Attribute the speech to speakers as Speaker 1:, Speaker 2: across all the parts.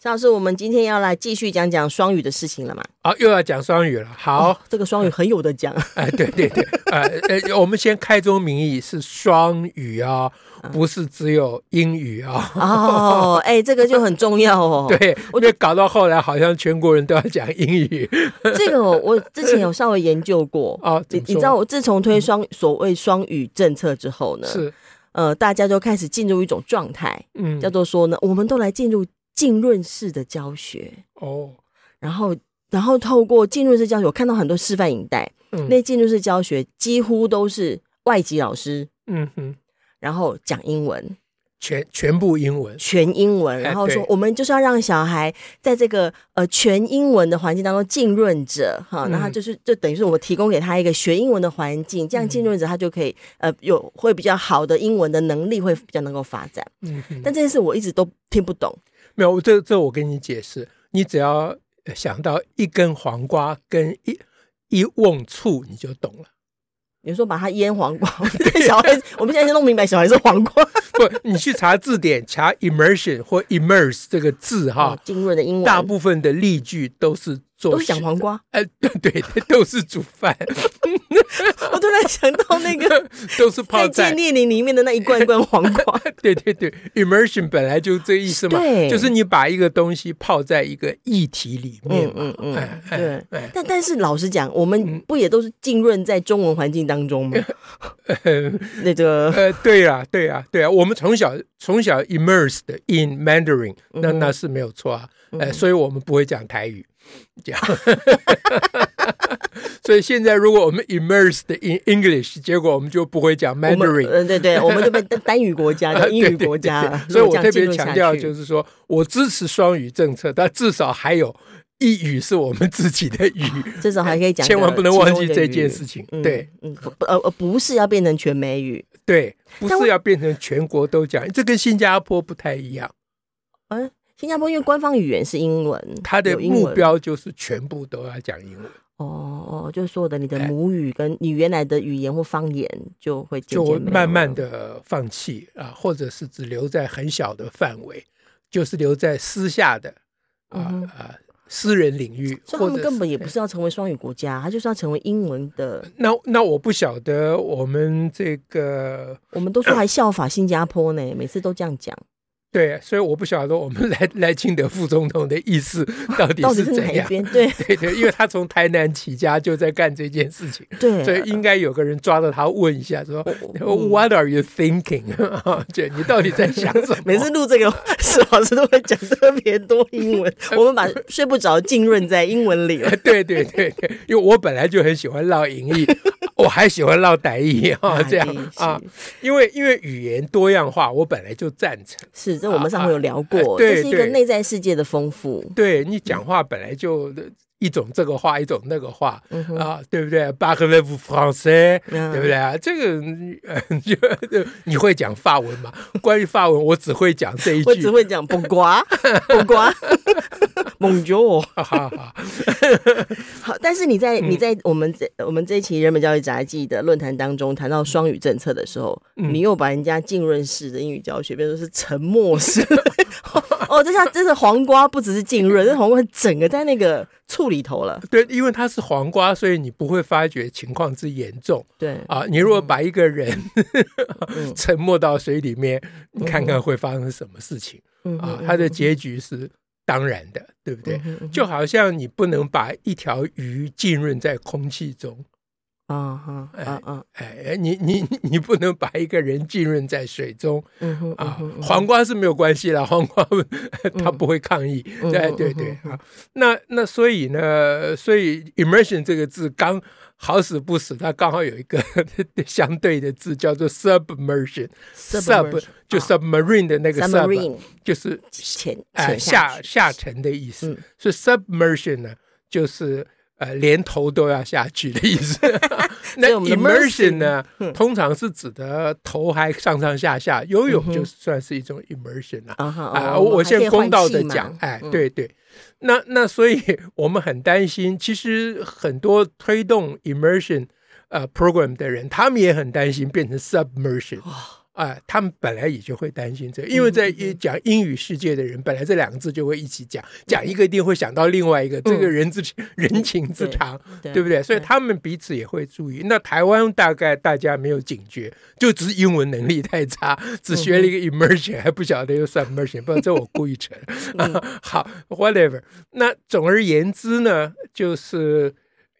Speaker 1: 邵老师，我们今天要来继续讲讲双语的事情了嘛？
Speaker 2: 啊，又要讲双语了。好，
Speaker 1: 哦，这个双语很有的讲。
Speaker 2: 哎，对对对，呃呃，我们先开宗明义是双语啊、
Speaker 1: 嗯
Speaker 2: 不是只有英语啊、
Speaker 1: 哦，哎、这个就很重要 哦。
Speaker 2: 对，因为搞到后来好像全国人都要讲英语
Speaker 1: 这个我我之前有稍微研究过。
Speaker 2: 啊，怎
Speaker 1: 你
Speaker 2: 么
Speaker 1: 你知道，
Speaker 2: 说嗯
Speaker 1: 我自从推双所谓双语政策之后呢，
Speaker 2: 是
Speaker 1: 呃，大家就开始进入一种状态，
Speaker 2: 嗯
Speaker 1: 叫做说呢，我们都来进入浸润式的教学，
Speaker 2: 哦
Speaker 1: 然后然后透过浸润式教学，我看到很多示范影带，
Speaker 2: 嗯
Speaker 1: 那浸润式教学几乎都是外籍老师，
Speaker 2: 嗯哼，
Speaker 1: 然后讲英文，
Speaker 2: 全全部英文
Speaker 1: 全英文，然后说
Speaker 2: 哎对
Speaker 1: 我们就是要让小孩在这个呃全英文的环境当中浸润着哈，
Speaker 2: 嗯
Speaker 1: 那他就是就等于是我们提供给他一个学英文的环境，这样浸润着他就可以呃有会比较好的英文的能力会比较能够发展。
Speaker 2: 嗯哼，
Speaker 1: 但这件事我一直都听不懂，
Speaker 2: 没有，这这我跟你解释，你只要想到一根黄瓜跟一一瓮醋，你就懂了。
Speaker 1: 比如说把它腌黄瓜，小孩我们现在先弄明白小孩是黄瓜，
Speaker 2: 不，你去查字典，查 immersion 或 immerse 这个字哈
Speaker 1: 哦，浸润的英文
Speaker 2: 啊大部分的例句都是
Speaker 1: 都
Speaker 2: 做
Speaker 1: 是讲黄瓜，
Speaker 2: 哎、对对， 都是煮饭，
Speaker 1: 哦我突然想到那个
Speaker 2: 都
Speaker 1: 在
Speaker 2: 是 泡
Speaker 1: 禁
Speaker 2: 菜。
Speaker 1: 列宁里面的那一罐一罐黄 瓜，
Speaker 2: 对对对，immersion 本来就这意思嘛，
Speaker 1: 对
Speaker 2: 就是你把一个东西泡在一个液体里面
Speaker 1: 嗯
Speaker 2: 嘛。
Speaker 1: 嗯嗯
Speaker 2: 哎，
Speaker 1: 对
Speaker 2: 哎。哎
Speaker 1: 但但 是老实讲，我
Speaker 2: 嗯
Speaker 1: 们不也都是浸润在中文环境当中 吗？
Speaker 2: 嗯
Speaker 1: 那 个
Speaker 2: 呃，对啊，对啊，对啊，我们从小从小 immersed in Mandarin，那
Speaker 1: 嗯
Speaker 2: 那是没有错啊，呃，所以我们不会讲台语， 这样。所以现在如果我们 immersed in English，结果我们就不会讲
Speaker 1: 我们
Speaker 2: Mandarin。啊
Speaker 1: 呃，对对，我们就被单 单语国 家叫英语国家
Speaker 2: 对对
Speaker 1: 了
Speaker 2: 对。所以我特
Speaker 1: 如果这
Speaker 2: 别
Speaker 1: 样浸润下
Speaker 2: 强调，
Speaker 1: 去
Speaker 2: 就是说我支持双语政策，但至少还有一语是我们自己的语，
Speaker 1: 至少还可以啊讲个
Speaker 2: 千万不能忘记这件
Speaker 1: 其
Speaker 2: 事情。
Speaker 1: 中一个语。
Speaker 2: 对
Speaker 1: 嗯，嗯，不不呃呃，不是要变成全美语，
Speaker 2: 对，不
Speaker 1: 但我
Speaker 2: 是要变成全国都讲，这跟新加坡不太一样。
Speaker 1: 嗯，新加坡因为官方语言是英文，
Speaker 2: 他的
Speaker 1: 有英文
Speaker 2: 目标就是全部都要讲英文，
Speaker 1: 哦哦，就是说的你
Speaker 2: 哎
Speaker 1: 的母语跟你原来的语言或方言就会渐
Speaker 2: 就
Speaker 1: 渐没有
Speaker 2: 慢慢
Speaker 1: 了
Speaker 2: 的放弃啊，或者是只留在很小的范围，就是留在私下的啊
Speaker 1: 嗯哼
Speaker 2: 啊私人领域，
Speaker 1: 所以他
Speaker 2: 或
Speaker 1: 们
Speaker 2: 者哎
Speaker 1: 根本也不是要成为双语国家，他就是要成为英文的。
Speaker 2: 那那我不晓得我们这个
Speaker 1: 我们都说还效法新加坡呢，每次都这样 讲，
Speaker 2: 对，所以我不晓得我们 来来清德副总统的意思到 底
Speaker 1: 到底
Speaker 2: 是
Speaker 1: 是哪
Speaker 2: 怎
Speaker 1: 一
Speaker 2: 样。
Speaker 1: 边？ 对
Speaker 2: 对对，因为他从台南起家就在干这件事情，所以
Speaker 1: 对，啊
Speaker 2: 应该有个人抓到他问一下说，
Speaker 1: 嗯
Speaker 2: What are you thinking？姐， 你到底在想什么？
Speaker 1: 每次录这个， 史老师都会讲特别多英 文。我们把睡不着浸润在英文里了。
Speaker 2: 对对对对，因为我本来就很喜欢唠影译， 我还喜欢唠傣 译
Speaker 1: 哎
Speaker 2: 啊，这样啊，因为因为语言多样化，我本来就赞成。
Speaker 1: 是，是这我们上回有聊过，
Speaker 2: 啊 对
Speaker 1: 这是一个
Speaker 2: 对
Speaker 1: 内在世界的丰富。
Speaker 2: 对你讲话本来就一种这个话，一种那个话
Speaker 1: 嗯哼，
Speaker 2: 啊，对不对 b a c l e v français，
Speaker 1: 嗯
Speaker 2: 对不对啊？这个 呃，就你会讲法文吗？关于法文，我只会讲这一
Speaker 1: 我只
Speaker 2: 句。
Speaker 1: 会讲崩瓜，崩瓜， 猛酒。
Speaker 2: 哈哈哈，
Speaker 1: 好，但是你在
Speaker 2: 嗯
Speaker 1: 你在我们这我们这一期《人本教育杂记》的论坛当中谈到双语政策的时候，
Speaker 2: 嗯
Speaker 1: 你又把人家浸润式的英语教学变成是沉默式的。 哦，这下真是黄瓜不只是浸润，这黄瓜整个在那个醋里头了。
Speaker 2: 对，因为它是黄瓜，所以你不会发觉情况之严重。
Speaker 1: 对，
Speaker 2: 啊，你如果把一个人
Speaker 1: 嗯
Speaker 2: 沉没到水里 面，你看看会发生什么事情
Speaker 1: 嗯
Speaker 2: 啊？
Speaker 1: 哼
Speaker 2: 它的结局是当然的，对不对？就好像你不能把一条鱼浸润在空气中，
Speaker 1: 啊哈啊啊
Speaker 2: 哎，你你你你不能把一个人浸润在水中
Speaker 1: 嗯哼嗯
Speaker 2: 啊
Speaker 1: 哼。
Speaker 2: 黄瓜是没有关系啦，黄瓜 它不会抗议，
Speaker 1: 嗯
Speaker 2: 对
Speaker 1: 嗯
Speaker 2: 对
Speaker 1: 嗯
Speaker 2: 对
Speaker 1: 嗯
Speaker 2: 啊。那那所以呢，所以 immersion 这个字刚好死不死，它刚好有一个 相对的字叫做 submersion。sub 就 submarine 的那个 sub，、
Speaker 1: 啊 submarine
Speaker 2: 就是
Speaker 1: 潜
Speaker 2: 哎、
Speaker 1: 潜
Speaker 2: 下
Speaker 1: 去
Speaker 2: 下沉的意思。
Speaker 1: 嗯
Speaker 2: 所以 submersion 呢，就是呃连头都要下去的意 思。那
Speaker 1: 所以我们的
Speaker 2: immersion 呢
Speaker 1: immersion，嗯，
Speaker 2: 通常是指的头还上上下下，游
Speaker 1: 嗯
Speaker 2: 泳就算是一种 immersion 了。
Speaker 1: 啊哈，
Speaker 2: 啊，
Speaker 1: 哦
Speaker 2: 我我
Speaker 1: 还可以
Speaker 2: 先公
Speaker 1: 换
Speaker 2: 道
Speaker 1: 气
Speaker 2: 的
Speaker 1: 嘛
Speaker 2: 讲，哎，
Speaker 1: 嗯
Speaker 2: 对对，那那所以我们很担心，其实很多推动 immersion 呃 program 的人，他们也很担心变成 submersion
Speaker 1: 哦
Speaker 2: 啊、他们本来也就会担心这个，因
Speaker 1: 嗯
Speaker 2: 为在一讲英语世界的人，本来这两个字就会一起讲，讲一个一定会想到另外一个，这个人之 人情之
Speaker 1: 嗯对
Speaker 2: 常，
Speaker 1: 对
Speaker 2: 对不对？所以他们彼此也会注意。那台湾大概大家没有警觉，就只是英文能力太差，
Speaker 1: 嗯
Speaker 2: 只学了一个 immersion，还不晓得有 submersion，不知道这我故意扯的。
Speaker 1: 嗯
Speaker 2: 好，whatever。那总而言之呢，就是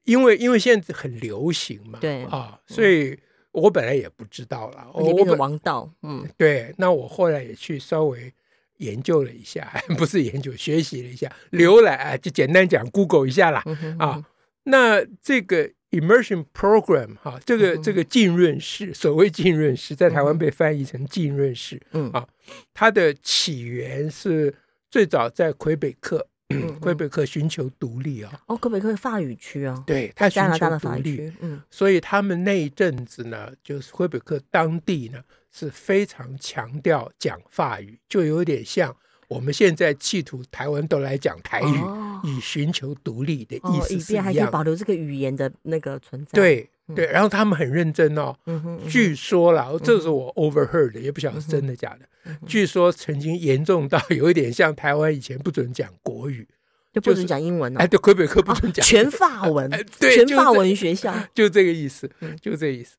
Speaker 2: 因为因为现在很流行嘛，
Speaker 1: 对嗯
Speaker 2: 啊，所以我本来也不知道啦，
Speaker 1: 而
Speaker 2: 我
Speaker 1: 且
Speaker 2: 我
Speaker 1: 哦变成
Speaker 2: 本
Speaker 1: 王道，嗯，
Speaker 2: 对，那我后来也去稍微研究了一下， 不是研究，学习了一下，浏览啊，就简单讲，Google 一下啦。
Speaker 1: 嗯哼
Speaker 2: 啊，那这个 immersion program 哈、这个、
Speaker 1: 嗯哼
Speaker 2: 这个浸润式，所谓浸润式，在台
Speaker 1: 嗯
Speaker 2: 湾
Speaker 1: 哼
Speaker 2: 被翻译成浸润式，
Speaker 1: 嗯
Speaker 2: 啊它的起源是最早在魁北克，
Speaker 1: 嗯
Speaker 2: 魁北克寻求独立啊、
Speaker 1: 哦，魁北克法语区哦，
Speaker 2: 对，他寻
Speaker 1: 加拿大
Speaker 2: 求
Speaker 1: 的
Speaker 2: 独
Speaker 1: 法语
Speaker 2: 立，
Speaker 1: 区，嗯，
Speaker 2: 所以他们那一阵子呢，就是魁北克当地呢是非常强调讲法语，就有点像我们现在企图台湾都来讲台语，
Speaker 1: 哦
Speaker 2: 以寻求独立的意
Speaker 1: 哦，
Speaker 2: 思
Speaker 1: 以
Speaker 2: 是一
Speaker 1: 便还
Speaker 2: 样
Speaker 1: 可以
Speaker 2: 的。
Speaker 1: 保留这个语言的那个存在，，
Speaker 2: 对对，然后他们很认真哦。
Speaker 1: 嗯哼，嗯
Speaker 2: 据说啦，这是我 overheard 的，也不晓得是真的假
Speaker 1: 嗯
Speaker 2: 的。据说曾经严重到有一点像台湾以前不准讲国语，
Speaker 1: 就不
Speaker 2: 就
Speaker 1: 准
Speaker 2: 是
Speaker 1: 讲英文
Speaker 2: 哎，
Speaker 1: 哦，
Speaker 2: 对，魁北克不准讲，
Speaker 1: 全法文
Speaker 2: 哎，对
Speaker 1: 全
Speaker 2: 就是
Speaker 1: 法
Speaker 2: 这
Speaker 1: 文学 校，
Speaker 2: 就这个意思
Speaker 1: 嗯，
Speaker 2: 就这个意思。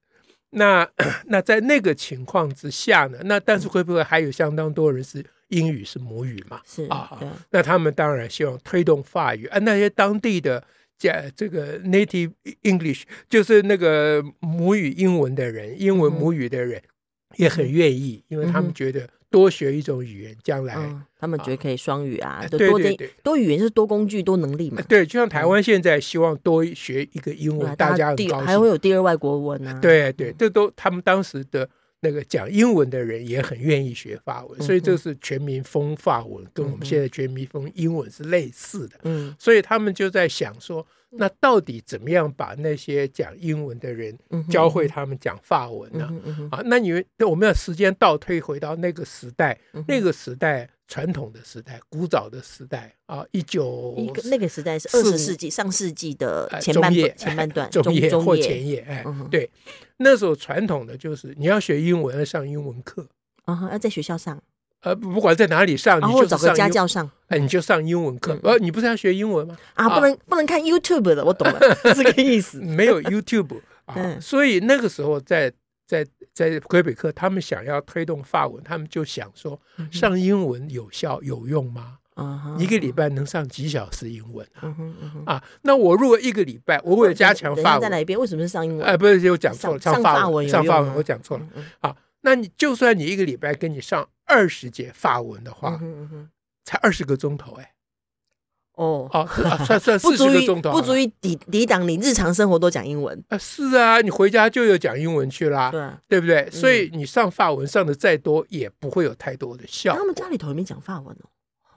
Speaker 2: 那那在那个情况之下呢，那
Speaker 1: 嗯
Speaker 2: 但是会不会还有相当多人是英语是母语嘛？
Speaker 1: 是
Speaker 2: 啊
Speaker 1: 对，
Speaker 2: 那他们当然希望推动法语，啊，那些当地的加这个 native English，就是那个母语英文的人，英文
Speaker 1: 嗯哼
Speaker 2: 母语的人、也很愿意，因为他
Speaker 1: 嗯
Speaker 2: 们
Speaker 1: 哼
Speaker 2: 觉得多学一种语言，将来、
Speaker 1: 嗯，他们觉得可以双语啊，
Speaker 2: 哎
Speaker 1: 就
Speaker 2: 对
Speaker 1: 多
Speaker 2: 对
Speaker 1: 点
Speaker 2: 对哎
Speaker 1: 多语言是多工具多能力嘛，
Speaker 2: 啊对，就像台湾现在希望多学一个英文，
Speaker 1: 对啊
Speaker 2: 大家很
Speaker 1: 第
Speaker 2: 高兴，
Speaker 1: 还会有第二外国文啊，，
Speaker 2: 对对，这都他们当时的那个讲英文的人也很愿意学法
Speaker 1: 嗯
Speaker 2: 文，所以这是全民风法文，跟我们现在全民风英文是类似的。
Speaker 1: 嗯
Speaker 2: 所以他们就在想说，那到底怎么样把那些讲英文的人
Speaker 1: 嗯哼
Speaker 2: 教会他们讲法文
Speaker 1: 嗯
Speaker 2: 呢？
Speaker 1: 哼嗯哼
Speaker 2: 啊，那你们我们要时间倒推回到那个时
Speaker 1: 嗯
Speaker 2: 代，那个时代传统的时代，古早的时代啊，一九
Speaker 1: 一个那个时代是
Speaker 2: 四
Speaker 1: 二
Speaker 2: 五
Speaker 1: 十世纪上世纪的
Speaker 2: 呃
Speaker 1: 前
Speaker 2: 中
Speaker 1: 半
Speaker 2: 叶
Speaker 1: 段前半段
Speaker 2: 中叶
Speaker 1: 中
Speaker 2: 或
Speaker 1: 叶
Speaker 2: 前叶，哎
Speaker 1: 嗯哼，
Speaker 2: 对，那时候传统的就是你要学英文要上英文课，
Speaker 1: 啊哈，要在学校上，
Speaker 2: 呃，不不管在哪里上，
Speaker 1: 然
Speaker 2: 你
Speaker 1: 后
Speaker 2: 就是
Speaker 1: 啊找
Speaker 2: 上
Speaker 1: 个家
Speaker 2: 英，
Speaker 1: 教上
Speaker 2: 哎，你就上英文课
Speaker 1: 嗯。
Speaker 2: 呃，你不是要学英文吗？
Speaker 1: 啊，不
Speaker 2: 啊
Speaker 1: 能不能看 YouTube 的，我懂了，这个意思。
Speaker 2: 没有 YouTube 啊，
Speaker 1: 嗯
Speaker 2: 所以那个时候在在在魁北克，他们想要推动法文，他们就想说 上英文有效有用吗？
Speaker 1: 嗯啊哈
Speaker 2: 一个礼拜能上几小时英文啊？
Speaker 1: 嗯哼嗯哼
Speaker 2: 啊，那我如果一个礼拜，我为了加强
Speaker 1: 等一
Speaker 2: 法
Speaker 1: 下再
Speaker 2: 文
Speaker 1: 来，一遍，为什么是上英文？
Speaker 2: 哎，不是，我讲错了，
Speaker 1: 上
Speaker 2: 上
Speaker 1: 上
Speaker 2: 法
Speaker 1: 法文
Speaker 2: 文，
Speaker 1: 有
Speaker 2: 上法
Speaker 1: 用
Speaker 2: 文，
Speaker 1: 啊
Speaker 2: 我讲错了
Speaker 1: 嗯嗯
Speaker 2: 啊。那你就算你一个礼拜跟你上二十节法文的
Speaker 1: 嗯
Speaker 2: 话，
Speaker 1: 哼嗯哼，
Speaker 2: 才二十个钟头，哎，
Speaker 1: 哦，
Speaker 2: 哦，啊算算
Speaker 1: 不
Speaker 2: 四十
Speaker 1: 足
Speaker 2: 个
Speaker 1: 以
Speaker 2: 钟头，
Speaker 1: 不足。以抵抵挡你日常生活都讲英文，
Speaker 2: 啊，是啊，你回家就有讲英文去啦
Speaker 1: 对，啊。
Speaker 2: 对不对？所以你上法文上的再多，也不会有太多的效
Speaker 1: 他。们家里头也没讲法文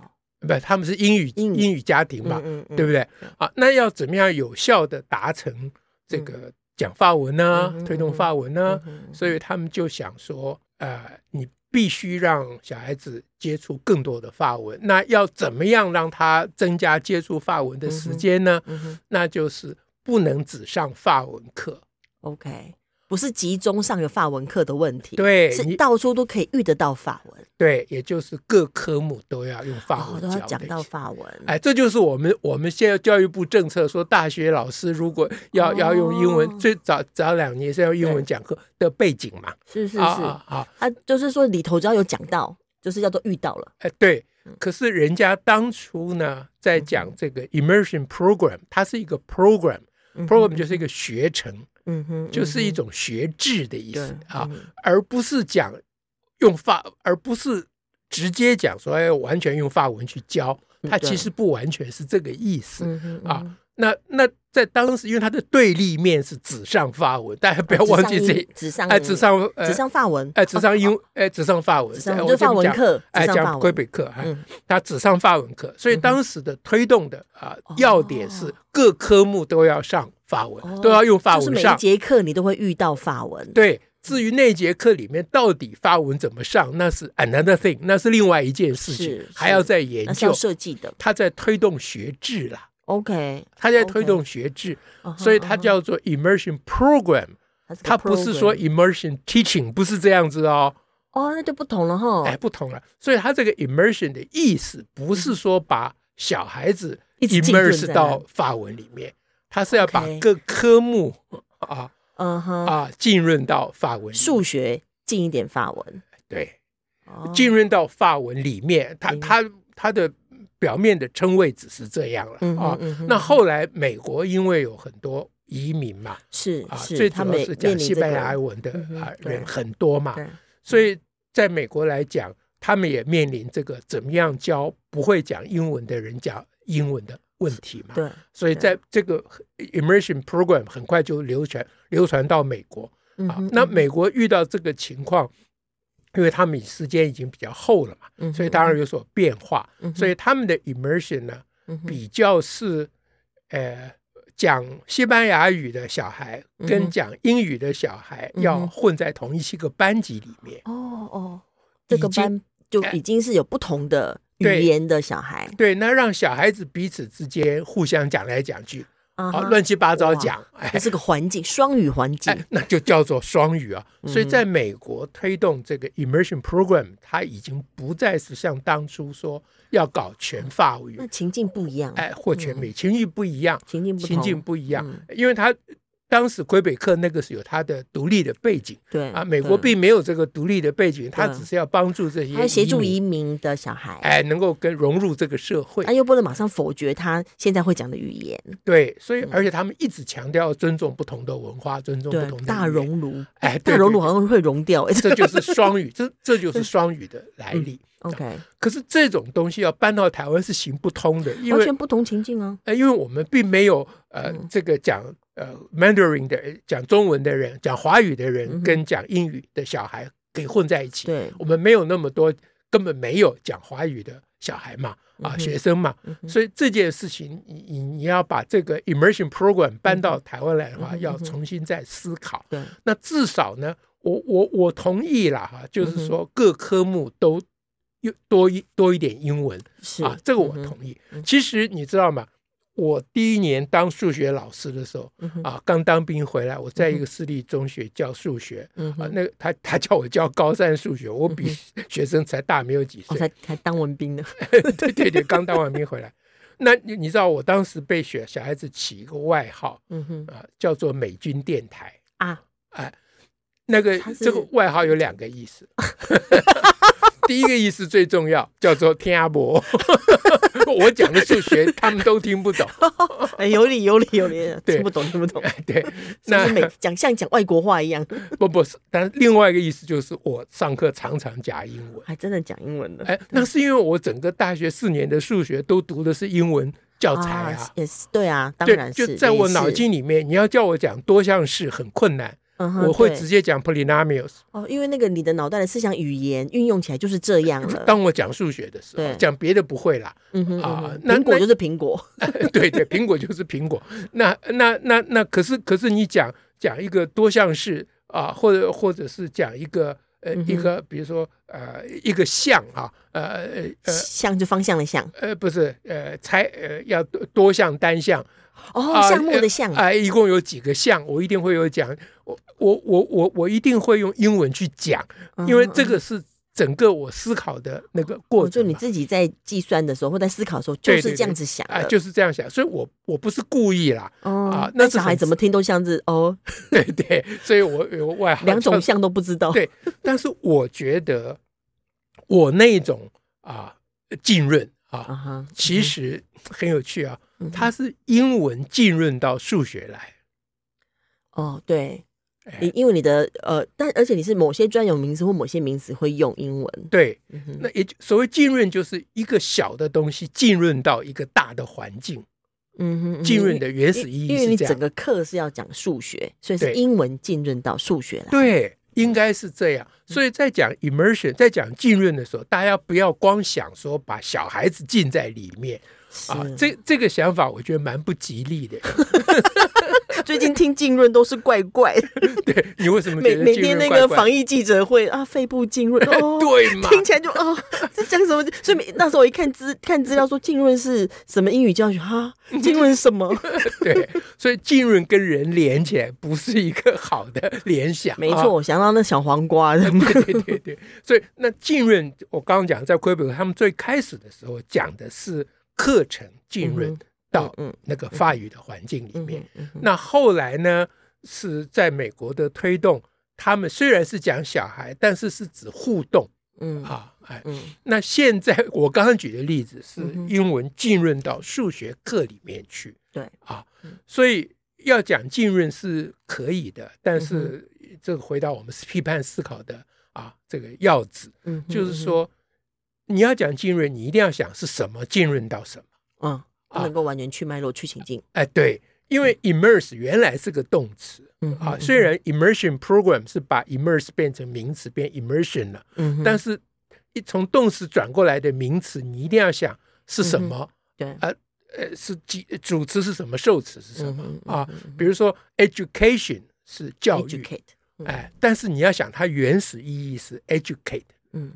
Speaker 1: 哦，
Speaker 2: 不，他们是英语
Speaker 1: 英语
Speaker 2: 英语家庭嘛，
Speaker 1: 嗯嗯
Speaker 2: 对不
Speaker 1: 对？
Speaker 2: 对？啊，那要怎么样有效的达成这个讲法文呢
Speaker 1: 嗯嗯嗯？
Speaker 2: 推动法文呢？
Speaker 1: 嗯
Speaker 2: 所以他们就想说，呃，你必须让小孩子接触更多的法文。那要怎么样让他增加接触法文的时间呢？
Speaker 1: 嗯哼
Speaker 2: 那就是不能只上法文课，
Speaker 1: ，OK，不是集中上个法文课的问题，，
Speaker 2: 对
Speaker 1: 是
Speaker 2: 你
Speaker 1: 到处都可以遇得到法文，
Speaker 2: 对，也就是各科目都要用法
Speaker 1: 哦，
Speaker 2: 文
Speaker 1: 都要讲
Speaker 2: 的
Speaker 1: 到法文，
Speaker 2: 哎，这就是我们我们现在教育部政策说，大学老师如果要、
Speaker 1: 哦
Speaker 2: 要用英文，最早早两年是要用英文
Speaker 1: 对
Speaker 2: 讲课的背景嘛。
Speaker 1: 是是是，
Speaker 2: 啊
Speaker 1: 啊，
Speaker 2: 啊啊！
Speaker 1: 就是说里头只要有讲到，就是叫做遇到了，
Speaker 2: 哎，对。
Speaker 1: 嗯
Speaker 2: 可是人家当初呢，在讲这个 immersion program，它是一个 program。program 就是一个学程，
Speaker 1: 嗯哼，
Speaker 2: 就是一
Speaker 1: 嗯
Speaker 2: 种学制的意思
Speaker 1: 对
Speaker 2: 啊
Speaker 1: 嗯，
Speaker 2: 而不是讲用法，而不是直接讲说哎完全用法文去教，它
Speaker 1: 嗯对
Speaker 2: 其实不完全是这个意思。
Speaker 1: 哼嗯哼
Speaker 2: 啊，那那在当时，因为它的对立面是纸上法文，大家不要忘记这
Speaker 1: 啊纸上
Speaker 2: 哎，纸上呃
Speaker 1: 纸上法文，啊
Speaker 2: 哎，纸上英哎，纸上法文，
Speaker 1: 纸上
Speaker 2: 哎
Speaker 1: 就
Speaker 2: 我这
Speaker 1: 法
Speaker 2: 么
Speaker 1: 文
Speaker 2: 讲
Speaker 1: 课纸
Speaker 2: 哎，
Speaker 1: 上法
Speaker 2: 讲
Speaker 1: 文
Speaker 2: 魁北克哈
Speaker 1: 嗯，
Speaker 2: 它纸上法文课，所以当时的推动的啊
Speaker 1: 哦
Speaker 2: 要点是各科目都要上法文，
Speaker 1: 哦
Speaker 2: 都要用法
Speaker 1: 就是
Speaker 2: 文
Speaker 1: 每
Speaker 2: 上
Speaker 1: 一，节课你都会遇到法文，
Speaker 2: 对。至于那节课里面到底法文怎么上，那是 another thing，那是另外一件事情
Speaker 1: 是，
Speaker 2: 还要
Speaker 1: 是
Speaker 2: 再研
Speaker 1: 那是
Speaker 2: 究
Speaker 1: 要。设计的。
Speaker 2: 他在推动学制啦，
Speaker 1: OK，
Speaker 2: 他在推动学制，
Speaker 1: 嗯哼
Speaker 2: 所以它叫做 immersion program，
Speaker 1: 嗯哼
Speaker 2: 它不是说
Speaker 1: program
Speaker 2: immersion teaching，不是这样子哦，
Speaker 1: 哦，那就不同了哈
Speaker 2: 哎，，不同了。所以它这个 immersion 的意思不是说把小孩子
Speaker 1: 一直浸润在
Speaker 2: immerse 到法文里面，它是要把
Speaker 1: OK
Speaker 2: 各科目啊
Speaker 1: 嗯哼，
Speaker 2: 啊浸润到法文里面
Speaker 1: 数学近一点法文，
Speaker 2: 对
Speaker 1: 哦
Speaker 2: 浸润到法文里面，它
Speaker 1: 明白
Speaker 2: 它它的表面的称谓只是这样了
Speaker 1: 嗯
Speaker 2: 啊
Speaker 1: 哼嗯哼。
Speaker 2: 那后来美国因为有很多移民嘛，
Speaker 1: 是
Speaker 2: 啊，最
Speaker 1: 是，
Speaker 2: 主
Speaker 1: 他
Speaker 2: 要
Speaker 1: 们
Speaker 2: 是讲
Speaker 1: 面
Speaker 2: 西
Speaker 1: 临这
Speaker 2: 班牙
Speaker 1: 个，
Speaker 2: 文的
Speaker 1: 嗯哼
Speaker 2: 啊
Speaker 1: 对
Speaker 2: 人很多嘛，
Speaker 1: 对，
Speaker 2: 所以在美国来讲，他们也面临这个怎么样教不会讲英文的人讲英文的问题嘛。
Speaker 1: 对，
Speaker 2: 所以在这个 immersion program 很快就流传流传到美国
Speaker 1: 嗯
Speaker 2: 啊
Speaker 1: 哼，
Speaker 2: 那美国遇到这个情况。因为他们时间已经比较厚了嘛，
Speaker 1: 嗯
Speaker 2: 所以
Speaker 1: 哼
Speaker 2: 当然有所变化，
Speaker 1: 嗯哼
Speaker 2: 所以他们的 immersion 呢，
Speaker 1: 嗯哼
Speaker 2: 比较是，呃，讲西班牙语的小孩
Speaker 1: 嗯
Speaker 2: 跟
Speaker 1: 哼
Speaker 2: 讲英语的小孩
Speaker 1: 嗯哼
Speaker 2: 要混在同一个班级里面。
Speaker 1: 哦哦，这个
Speaker 2: 已经
Speaker 1: 班就
Speaker 2: 哎
Speaker 1: 已经是有不同的语
Speaker 2: 对
Speaker 1: 言的小孩
Speaker 2: 对，那让小孩子彼此之间互相讲来讲去，
Speaker 1: 啊
Speaker 2: 啊，
Speaker 1: 哈，
Speaker 2: 乱七八糟
Speaker 1: 哇
Speaker 2: 讲，哎
Speaker 1: 这，是个环境，双语环境
Speaker 2: 哎，那就叫做双语啊。
Speaker 1: 嗯
Speaker 2: 所以在美国推动这个 immersion program，它已经不再是像当初说要搞全法语
Speaker 1: 那，情境不一样，
Speaker 2: 哎，或全
Speaker 1: 嗯
Speaker 2: 美，情绪不一样，
Speaker 1: 情境不
Speaker 2: 情境
Speaker 1: 同，
Speaker 2: 不一样
Speaker 1: 嗯，
Speaker 2: 因为它当时魁北克那个是有它的独立的背景。
Speaker 1: 对
Speaker 2: 啊，美
Speaker 1: 嗯
Speaker 2: 国
Speaker 1: 对
Speaker 2: 并没有这个独立的背景，它
Speaker 1: 对
Speaker 2: 只是要帮助这些
Speaker 1: 他协助
Speaker 2: 民
Speaker 1: 移民哎的小孩，
Speaker 2: 哎，能够跟融入这个社会
Speaker 1: 他。又不能马上否决他现在会讲的语言，
Speaker 2: 对，所以而且他们一直强调尊重不同的文化，尊重
Speaker 1: 嗯
Speaker 2: 不
Speaker 1: 对
Speaker 2: 同的，
Speaker 1: 大
Speaker 2: 语言，
Speaker 1: 熔炉，
Speaker 2: 哎，对
Speaker 1: 大熔炉
Speaker 2: 对
Speaker 1: 好像会融掉，哎
Speaker 2: 这就是双语，这这就是双语的来
Speaker 1: 嗯
Speaker 2: 历。
Speaker 1: ，OK，
Speaker 2: 可是这种东西要搬到台湾是行不通的，因
Speaker 1: 完
Speaker 2: 为
Speaker 1: 全不同情境啊，
Speaker 2: 呃，因为我们并没有呃、
Speaker 1: 嗯
Speaker 2: 这个讲呃 Mandarin 的讲中文的人，讲华语的人
Speaker 1: 嗯哼
Speaker 2: 跟讲英语的小孩给混在一起，
Speaker 1: 对，
Speaker 2: 我们没有那么多根本没有讲华语的小孩嘛，啊、
Speaker 1: 嗯哼
Speaker 2: 学生嘛，
Speaker 1: 嗯哼
Speaker 2: 所以这件事情你你你要把这个 immersion program 搬到台湾来的
Speaker 1: 嗯
Speaker 2: 话，
Speaker 1: 哼
Speaker 2: 要
Speaker 1: 嗯哼
Speaker 2: 重新再思考。
Speaker 1: 对，
Speaker 2: 那至少呢，我我我同意啦哈，
Speaker 1: 嗯
Speaker 2: 就是说各科目都有多一多一点英文。
Speaker 1: 是
Speaker 2: 啊，这个我
Speaker 1: 嗯哼
Speaker 2: 同意。
Speaker 1: 嗯
Speaker 2: 其实你知道吗？我第一年当数学老师的时候
Speaker 1: 嗯哼
Speaker 2: 啊，刚当兵回来，我在一个私立中学教数学
Speaker 1: 嗯
Speaker 2: 啊
Speaker 1: 哼，，
Speaker 2: 那个他他叫我教高三数学，我比学生才大没有几
Speaker 1: 我
Speaker 2: 岁，
Speaker 1: 哦才才当文兵呢，
Speaker 2: 对 对对，刚当完兵回来。那你你知道我当时被学小孩子起一个外号
Speaker 1: 嗯哼
Speaker 2: 啊，叫做美军电台。
Speaker 1: 啊，
Speaker 2: 那个
Speaker 1: 他是
Speaker 2: 这个外号有两个意 思，第一个意思最重要，叫做天阿伯。 我讲的数学他们都听 不懂，
Speaker 1: 哎有理有理有理，
Speaker 2: 对
Speaker 1: 听不懂听不懂，
Speaker 2: 对，
Speaker 1: 是不
Speaker 2: 那
Speaker 1: 是每讲像讲外国话一样，
Speaker 2: 不不是，但另外一个意思就是我上课常常夹英文，
Speaker 1: 还真的讲英文的，
Speaker 2: 哎，那是因为我整个大学四年的数学都读的是英文教材啊。
Speaker 1: 也是对啊，当
Speaker 2: 对
Speaker 1: 然，是
Speaker 2: 就在我脑，
Speaker 1: 也是
Speaker 2: 筋里面，你要叫我讲多项式很困难，
Speaker 1: 嗯哼
Speaker 2: 我会
Speaker 1: 对
Speaker 2: 直接讲 polynomials。
Speaker 1: 哦，因为那个你的脑袋的思想语言运用起来就是这样了。
Speaker 2: 当我讲数学的时候，
Speaker 1: 对
Speaker 2: 讲别的不会啦，
Speaker 1: 嗯哼，
Speaker 2: 啊
Speaker 1: 嗯哼
Speaker 2: 那
Speaker 1: 苹果
Speaker 2: 那
Speaker 1: 就是苹果，
Speaker 2: 对对，苹果就是苹果。那那那那，可是可是你讲讲一个多项式啊，或者或者是讲一个呃、
Speaker 1: 嗯哼
Speaker 2: 一个，比如说呃一个项啊，呃呃呃
Speaker 1: 像就方向的像，
Speaker 2: 呃不是呃猜呃要多多项单项
Speaker 1: 哦，
Speaker 2: 啊
Speaker 1: 项目的项
Speaker 2: 啊、，呃一共有几个项，我一定会有讲，我我我我我一定会用英文去讲，
Speaker 1: 嗯
Speaker 2: 因为这个是整个我思考的那个过
Speaker 1: 哦我就
Speaker 2: 程
Speaker 1: 你
Speaker 2: 嘛。
Speaker 1: 自己在计算的时候或在思考的时候，就
Speaker 2: 对对
Speaker 1: 是
Speaker 2: 对
Speaker 1: 这样子想
Speaker 2: 啊、
Speaker 1: 的。
Speaker 2: 就是这样想，所以我我不是故意啦， 啊
Speaker 1: 哦，
Speaker 2: 那
Speaker 1: 那
Speaker 2: 是
Speaker 1: 小孩
Speaker 2: 很
Speaker 1: 怎么听都像是哦，
Speaker 2: 对对，所以我我外号
Speaker 1: 两
Speaker 2: 叫
Speaker 1: 种像都不知道。
Speaker 2: 对，但是我觉得我那种啊浸润
Speaker 1: 啊
Speaker 2: 啊，
Speaker 1: 哈，
Speaker 2: 其实很有趣啊，
Speaker 1: 嗯哼
Speaker 2: 它是英文浸润到数学来。
Speaker 1: 哦，对
Speaker 2: 哎，
Speaker 1: 你因为你的呃，但而且你是某些专有名词或某些名词会用英文，
Speaker 2: 对，
Speaker 1: 嗯哼，
Speaker 2: 那也就所谓浸润，就是一个小的东西浸润到一个大的环境
Speaker 1: 嗯哼，嗯哼
Speaker 2: 浸润的原始意
Speaker 1: 因
Speaker 2: 义
Speaker 1: 为你
Speaker 2: 是这
Speaker 1: 整
Speaker 2: 样。
Speaker 1: 个课是要讲数学，所以是
Speaker 2: 对
Speaker 1: 英文浸润到数学来。
Speaker 2: 对，应该是这样。
Speaker 1: 嗯
Speaker 2: 所以在讲 immersion，在讲浸润的时候，大家不要光想说把小孩子浸在里面啊，
Speaker 1: 是
Speaker 2: 这这个想法我觉得蛮不吉利的。
Speaker 1: 最近听浸润都是怪怪的，
Speaker 2: 对你为什么
Speaker 1: 每
Speaker 2: 觉得
Speaker 1: 每
Speaker 2: 浸
Speaker 1: 天
Speaker 2: 润
Speaker 1: 那
Speaker 2: 怪
Speaker 1: 个
Speaker 2: 怪
Speaker 1: 防
Speaker 2: 的？
Speaker 1: 疫记者会啊，肺部浸 润哦。
Speaker 2: 对嘛？
Speaker 1: 听起来就哦，这讲什么？所以每那时候我一看资看资料说浸润是什么英语教学 哈，浸润什么？
Speaker 2: 对，所以浸润跟人连起来不是一个好的联想。啊
Speaker 1: 没错，，我想到那小黄瓜的，
Speaker 2: 对对对对，所以那浸润，我刚刚讲在魁北克，他们最开始的时候讲的是课程浸润
Speaker 1: 嗯
Speaker 2: 到
Speaker 1: 嗯
Speaker 2: 那个法语的环境里
Speaker 1: 嗯
Speaker 2: 面。
Speaker 1: 嗯嗯
Speaker 2: 那后来呢，是在美国的推动，他们虽然是讲小孩，但是是指互动
Speaker 1: 嗯
Speaker 2: 啊，哎，
Speaker 1: 嗯
Speaker 2: 那现在我刚刚举的例子是
Speaker 1: 嗯哼
Speaker 2: 英文浸润到数学课里面去，
Speaker 1: 对
Speaker 2: 啊
Speaker 1: 嗯，
Speaker 2: 所以要讲浸润是可以的，但
Speaker 1: 嗯
Speaker 2: 是这个回到我们批判思考的啊这个要旨，
Speaker 1: 嗯，
Speaker 2: 就是说你要讲浸润，你一定要想是什么浸润到什么。
Speaker 1: 嗯，嗯，不能够完全去脉络去情境。
Speaker 2: 哎，对，因为 immerse 原来是个动词。
Speaker 1: 嗯
Speaker 2: 啊，虽然 immersion program 是把 immerse 变成名词变 immersion 了，
Speaker 1: 嗯，
Speaker 2: 但是一从动词转过来的名词，你一定要想是什
Speaker 1: 嗯
Speaker 2: 么，
Speaker 1: 对，
Speaker 2: 呃，是几主词是什么，受词是什么
Speaker 1: 嗯哼
Speaker 2: 啊？比如说 education 是教育，
Speaker 1: educate，
Speaker 2: 哎，但是你要想它原始意义是 educate，啊
Speaker 1: 嗯，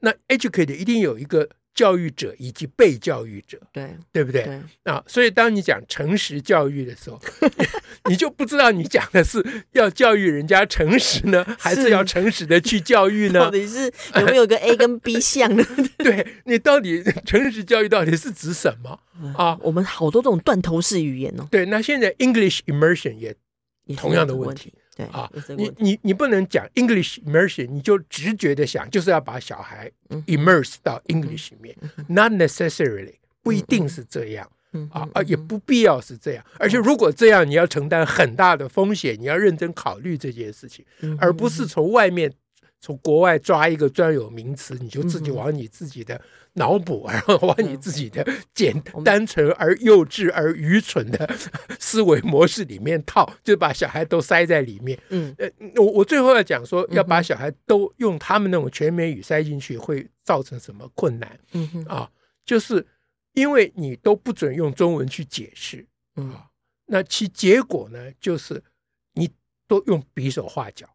Speaker 2: 那 educate 一定有一个教育者以及被教育者，
Speaker 1: 对
Speaker 2: 对不对？
Speaker 1: 对，
Speaker 2: 啊，所以当你讲诚实教育的时候， 你就不知道你讲的是要教育人家诚实呢，还是
Speaker 1: 是
Speaker 2: 要诚实的去教育
Speaker 1: 到
Speaker 2: 呢？
Speaker 1: 底是有没有一个 A 跟 B 像 呢？
Speaker 2: 对你到底 诚实教育到底是指什么
Speaker 1: 嗯
Speaker 2: 啊？
Speaker 1: 我们好多这种断头式语言哦，
Speaker 2: 对，那现在 English immersion 也
Speaker 1: 也是
Speaker 2: 同样
Speaker 1: 有这
Speaker 2: 的
Speaker 1: 个
Speaker 2: 问
Speaker 1: 问
Speaker 2: 题，
Speaker 1: 对
Speaker 2: 啊
Speaker 1: 有这个
Speaker 2: 你
Speaker 1: 问题
Speaker 2: 你你不能讲 English immersion，你就直觉的想就是要把小孩
Speaker 1: 嗯
Speaker 2: immerse 到 English 里面、n o t necessarily 不一定是这样。
Speaker 1: 嗯
Speaker 2: 啊啊，也不必要是这样。而且如果这样，你要承担很大的风险，你要认真考虑这件事情，
Speaker 1: 嗯
Speaker 2: 而不是从外面。从国外抓一个专有名词，你就自己
Speaker 1: 嗯哼嗯
Speaker 2: 往你自己的脑补， 然后往你自己的简
Speaker 1: 我们
Speaker 2: 单纯而幼稚而愚蠢的思维模式里面套，就把小孩都塞在里面。
Speaker 1: 嗯
Speaker 2: 呃，我我最后要讲说，要把小孩都用他们那种全美语塞进去，会造成什么困难？
Speaker 1: 嗯哼
Speaker 2: 啊，就是因为你都不准用中文去解释，
Speaker 1: 嗯
Speaker 2: 那其结果呢，就是你都用比手画脚，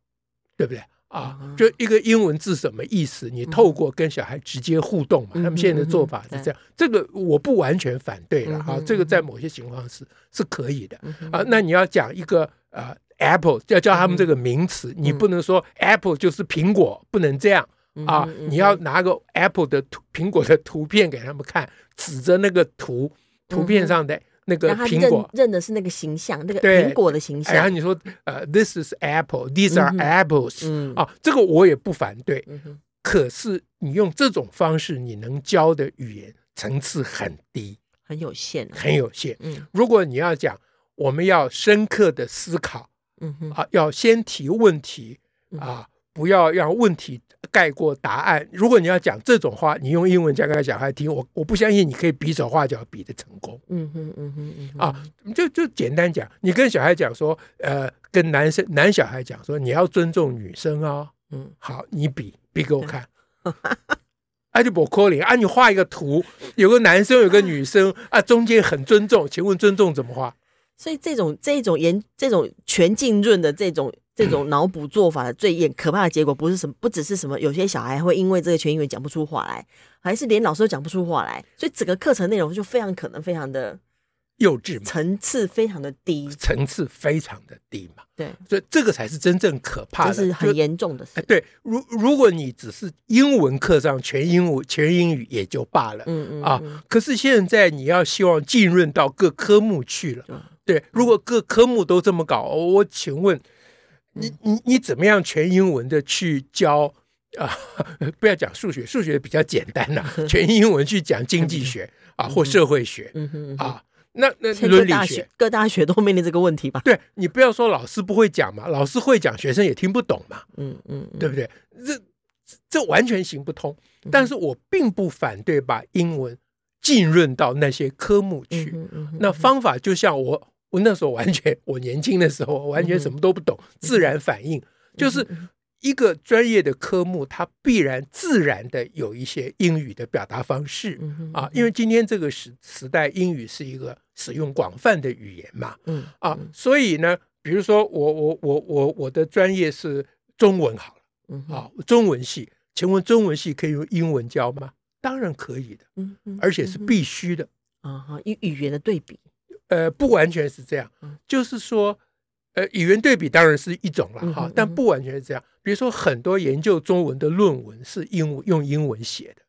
Speaker 2: 对不对？啊
Speaker 1: 啊，嗯
Speaker 2: 就一个英文字什么意思？你透过跟小孩直接互动嘛，
Speaker 1: 嗯哼
Speaker 2: 他们现在的做法是这样。这个我不完全反对了
Speaker 1: 嗯
Speaker 2: 啊
Speaker 1: 哼，
Speaker 2: 这个在
Speaker 1: 嗯
Speaker 2: 某些情况是是可以的
Speaker 1: 嗯哼
Speaker 2: 啊。那你要讲一个呃 Apple，要叫他们这个名
Speaker 1: 嗯
Speaker 2: 词，你不能说 Apple 就是苹果，不能这样。啊
Speaker 1: 嗯，哼
Speaker 2: 你要拿个 Apple 的图、苹果的图片给他们看，指着那个图
Speaker 1: 嗯
Speaker 2: 图片上的那个
Speaker 1: 让他
Speaker 2: 苹果
Speaker 1: 认，认的是那个形象，那个
Speaker 2: 对
Speaker 1: 苹果的形
Speaker 2: 哎然后
Speaker 1: 象。
Speaker 2: 你说呃，This is Apple，These are
Speaker 1: 嗯哼
Speaker 2: apples、
Speaker 1: 嗯
Speaker 2: 啊，这个我也不反对。
Speaker 1: 嗯哼
Speaker 2: 可是你用这种方式，你能教的语言层次很低，
Speaker 1: 很有限啊。
Speaker 2: 很有限。
Speaker 1: 嗯
Speaker 2: 如果你要讲，我们要深刻的思考
Speaker 1: 嗯哼
Speaker 2: 啊，要先提问题啊，不要让问题盖过答案。如果你要讲这种话，你用英文讲给小孩听，我我不相信你可以比手画脚比的成功。
Speaker 1: 嗯哼嗯哼嗯哼
Speaker 2: 啊，就就简单讲，你跟小孩讲说，呃，跟男生男小孩讲说，你要尊重女生哦。
Speaker 1: 嗯
Speaker 2: 好，你比比给我看。啊，就我扣零啊，你画一个图，有个男生，有个女生啊，中间很尊重，请问尊重怎么画？
Speaker 1: 所以这种这种严这种全浸润的这种这种脑补做法的最严可怕的结果，不是什么不只是什么，有些小孩会因为这个全英文讲不出话来，还是连老师都讲不出话来，所以整个课程内容就非常可能非常的
Speaker 2: 幼稚嘛，
Speaker 1: 层次非常的低，
Speaker 2: 层次非常的低嘛，
Speaker 1: 对，
Speaker 2: 所以这个才是真正可
Speaker 1: 这
Speaker 2: 怕的，
Speaker 1: 是很
Speaker 2: 就
Speaker 1: 严重的事
Speaker 2: 哎。对，如如果你只是英文课上全英文全英语也就罢了，
Speaker 1: 嗯嗯
Speaker 2: 啊
Speaker 1: 嗯，
Speaker 2: 可是现在你要希望浸润到各科目去了，
Speaker 1: 对
Speaker 2: 对，如果各科目都这么搞，哦我请问你
Speaker 1: 嗯
Speaker 2: 你你怎么样全英文的去教啊？ 不要讲数学，数学比较简单 啦、全英文去讲经济学啊或社会学
Speaker 1: 嗯哼嗯哼，
Speaker 2: 啊，那那
Speaker 1: 现在各
Speaker 2: 伦理
Speaker 1: 大
Speaker 2: 学
Speaker 1: 学。各大学都面临这个问题吧？
Speaker 2: 对你不要说老师不会讲嘛，老师会讲，学生也听不懂嘛，
Speaker 1: 嗯嗯，嗯
Speaker 2: 对不对？这这这完全行不通。但是我并不反对把英文浸润到那些科目
Speaker 1: 嗯
Speaker 2: 去。
Speaker 1: 哼嗯哼
Speaker 2: 那方法就像我，我那时候完全，我年轻的时
Speaker 1: 嗯
Speaker 2: 候我完全什么都不懂，自然反应就是一个专业的科目，它必然自然的有一些英语的表达方式
Speaker 1: 嗯哼
Speaker 2: 啊，因为今天这个时时代，英语是一个使用广泛的语言嘛
Speaker 1: 嗯
Speaker 2: 啊，所以呢，比如说我我我我我的专业是中文好了
Speaker 1: 嗯哼
Speaker 2: 啊，中文系，请问中文系可以用英文教吗？当然可以的，
Speaker 1: 嗯哼
Speaker 2: 而且是
Speaker 1: 嗯哼
Speaker 2: 必须的。
Speaker 1: 啊哈语语言的对比，
Speaker 2: 呃，不完全是这样
Speaker 1: 嗯，
Speaker 2: 就是说，呃，语言对比当然是一种
Speaker 1: 嗯
Speaker 2: 了
Speaker 1: 哼
Speaker 2: 哈
Speaker 1: 嗯，
Speaker 2: 但
Speaker 1: 哼
Speaker 2: 不完全是这样。比如说，很多研究中文的论文是英文用英文写的，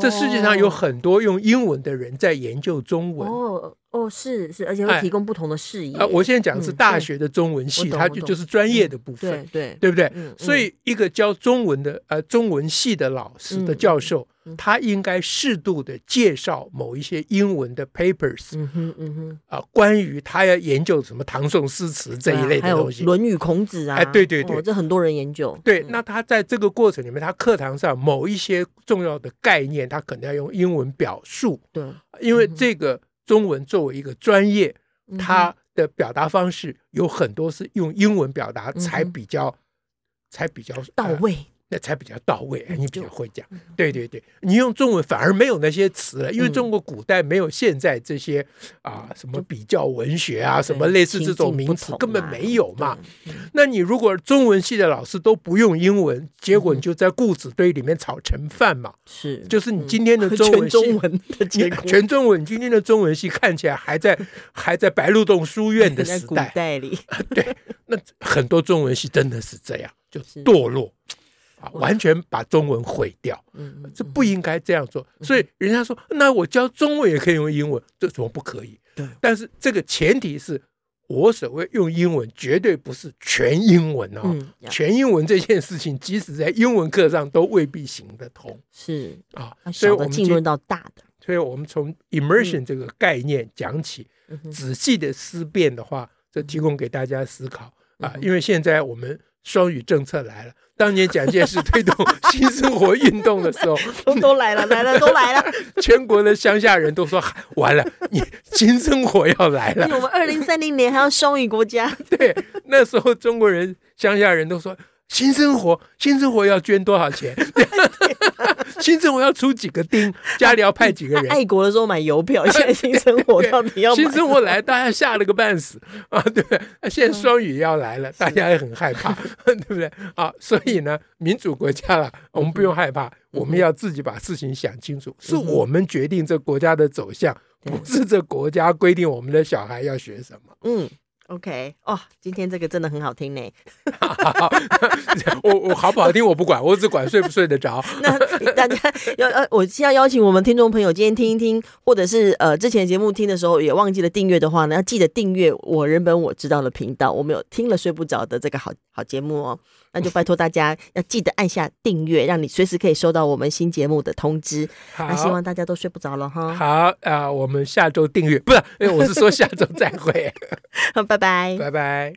Speaker 2: 这世界上有
Speaker 1: 哦
Speaker 2: 很多用英文的人在研究中文。
Speaker 1: 哦哦是是，而且会
Speaker 2: 哎
Speaker 1: 提供不同的视野。
Speaker 2: 啊，我现在讲的是
Speaker 1: 嗯
Speaker 2: 大
Speaker 1: 对
Speaker 2: 学的中文系，
Speaker 1: 懂
Speaker 2: 它
Speaker 1: 我
Speaker 2: 就
Speaker 1: 懂嗯
Speaker 2: 就是专业的部
Speaker 1: 对
Speaker 2: 分，
Speaker 1: 对
Speaker 2: 对不对
Speaker 1: 嗯？
Speaker 2: 所以，一个教中文的呃中文系的老师的
Speaker 1: 嗯
Speaker 2: 教授
Speaker 1: 嗯嗯，
Speaker 2: 他应该适度的介绍某一些英文的 papers，
Speaker 1: 嗯哼嗯哼
Speaker 2: 啊，关于他要研究什么唐宋诗词这一
Speaker 1: 对
Speaker 2: 类
Speaker 1: 啊还
Speaker 2: 的
Speaker 1: 有
Speaker 2: 东
Speaker 1: 《
Speaker 2: 西。
Speaker 1: 论语》《孔子》啊，
Speaker 2: 哎对对
Speaker 1: 哦
Speaker 2: 对
Speaker 1: 这很多人研究。嗯
Speaker 2: 对，那他在这个过程里面，他课堂上某一些重要的概念，他可能要用英文表述，
Speaker 1: 对，
Speaker 2: 因为这个中文作为一个专业，
Speaker 1: 嗯
Speaker 2: 它的表达方式有很多是用英文表达
Speaker 1: 哼
Speaker 2: 才比较，才比较
Speaker 1: 嗯到，
Speaker 2: 呃
Speaker 1: 位，
Speaker 2: 那才比较到位。哎
Speaker 1: 嗯
Speaker 2: 你比
Speaker 1: 就
Speaker 2: 较会讲，对对对，你用中文反而没有那些词了，因为
Speaker 1: 嗯
Speaker 2: 中国古代没有现在这些啊什么比较文学啊，什么
Speaker 1: 对
Speaker 2: 类似这
Speaker 1: 情
Speaker 2: 种
Speaker 1: 境
Speaker 2: 名
Speaker 1: 不
Speaker 2: 词
Speaker 1: 同
Speaker 2: 根本
Speaker 1: 啊
Speaker 2: 没有嘛。
Speaker 1: 对嗯
Speaker 2: 那你如果中文系的老师都不用英文，结果你就在固执堆里面炒成饭嘛。
Speaker 1: 是
Speaker 2: 就是你
Speaker 1: 嗯嗯
Speaker 2: 今天的 中
Speaker 1: 全
Speaker 2: 文系，
Speaker 1: 中文的结
Speaker 2: 你
Speaker 1: 果，
Speaker 2: 全中文，今天的中文系看起来还 在还在白鹿洞书院的
Speaker 1: 在
Speaker 2: 时
Speaker 1: 古
Speaker 2: 代。
Speaker 1: 代 里，
Speaker 2: 对，那很多中文系真的是这样，就是堕落啊，完全把中文毁掉。
Speaker 1: 嗯，嗯
Speaker 2: 这不应该这样做。所以人家说，那我教中文也可以用英文，这怎么不可以？
Speaker 1: 对
Speaker 2: 但是这个前提是我所谓用英文，绝对不是全英文哦。
Speaker 1: 嗯
Speaker 2: 全英文这件事情，即使在英文课上都未必行得通
Speaker 1: 是
Speaker 2: 啊
Speaker 1: 要。
Speaker 2: 所以
Speaker 1: 小
Speaker 2: 我
Speaker 1: 的
Speaker 2: 们
Speaker 1: 浸
Speaker 2: 今
Speaker 1: 润到大的，
Speaker 2: 所以我们从 immersion 这个概念讲起，
Speaker 1: 嗯哼
Speaker 2: 仔细的思辨的话，这提供给大家思考
Speaker 1: 嗯。
Speaker 2: 啊
Speaker 1: 哼
Speaker 2: 因为现在我们双语政策来了，当年蒋介石推动 新生活运动的时候，
Speaker 1: 都都来了，来了，都来 了。
Speaker 2: 全国的乡下人都说嗨完了，你新生活要来
Speaker 1: 而
Speaker 2: 了
Speaker 1: 且。我们二零三零年还要双语国家，
Speaker 2: 对，那时候中国人乡下人都说新生活，新生活要捐多少钱？ 新生活要出几个丁，家里要派几 个
Speaker 1: 爱
Speaker 2: 人。
Speaker 1: 爱国的时候买邮 票，现在新生活到底要买
Speaker 2: 新生活来，大家吓了个半死啊！对不对？现在双语要来
Speaker 1: 嗯
Speaker 2: 了，大家也很害怕， 对不对？啊，所以呢，民主国家了，我们不用害
Speaker 1: 嗯
Speaker 2: 怕，我们要自己把事情想清楚，是我们决定这国家的走向，
Speaker 1: 对
Speaker 2: 不是这国家规定我们的小孩要学什么。
Speaker 1: 嗯，OK，哦，今天这个真的很好听呢。
Speaker 2: 好，我我好不好听我不管，我只管睡不睡得着。
Speaker 1: 那大家要呃，我是要邀请我们听众朋友今天听一听，或者是呃之前节目听的时候也忘记了订阅的话呢，要记得订阅我人本我知道的频道，我们有听了睡不着的这个好好节目哦。那就拜托大家要记得按下订阅，让你随时可以收到我们新节目的通知。那希
Speaker 2: 好
Speaker 1: 望。大家都睡不着了哈，
Speaker 2: 好 啊、我们下周订阅，不是，哎我是说下周再会，
Speaker 1: 拜拜。
Speaker 2: 拜拜。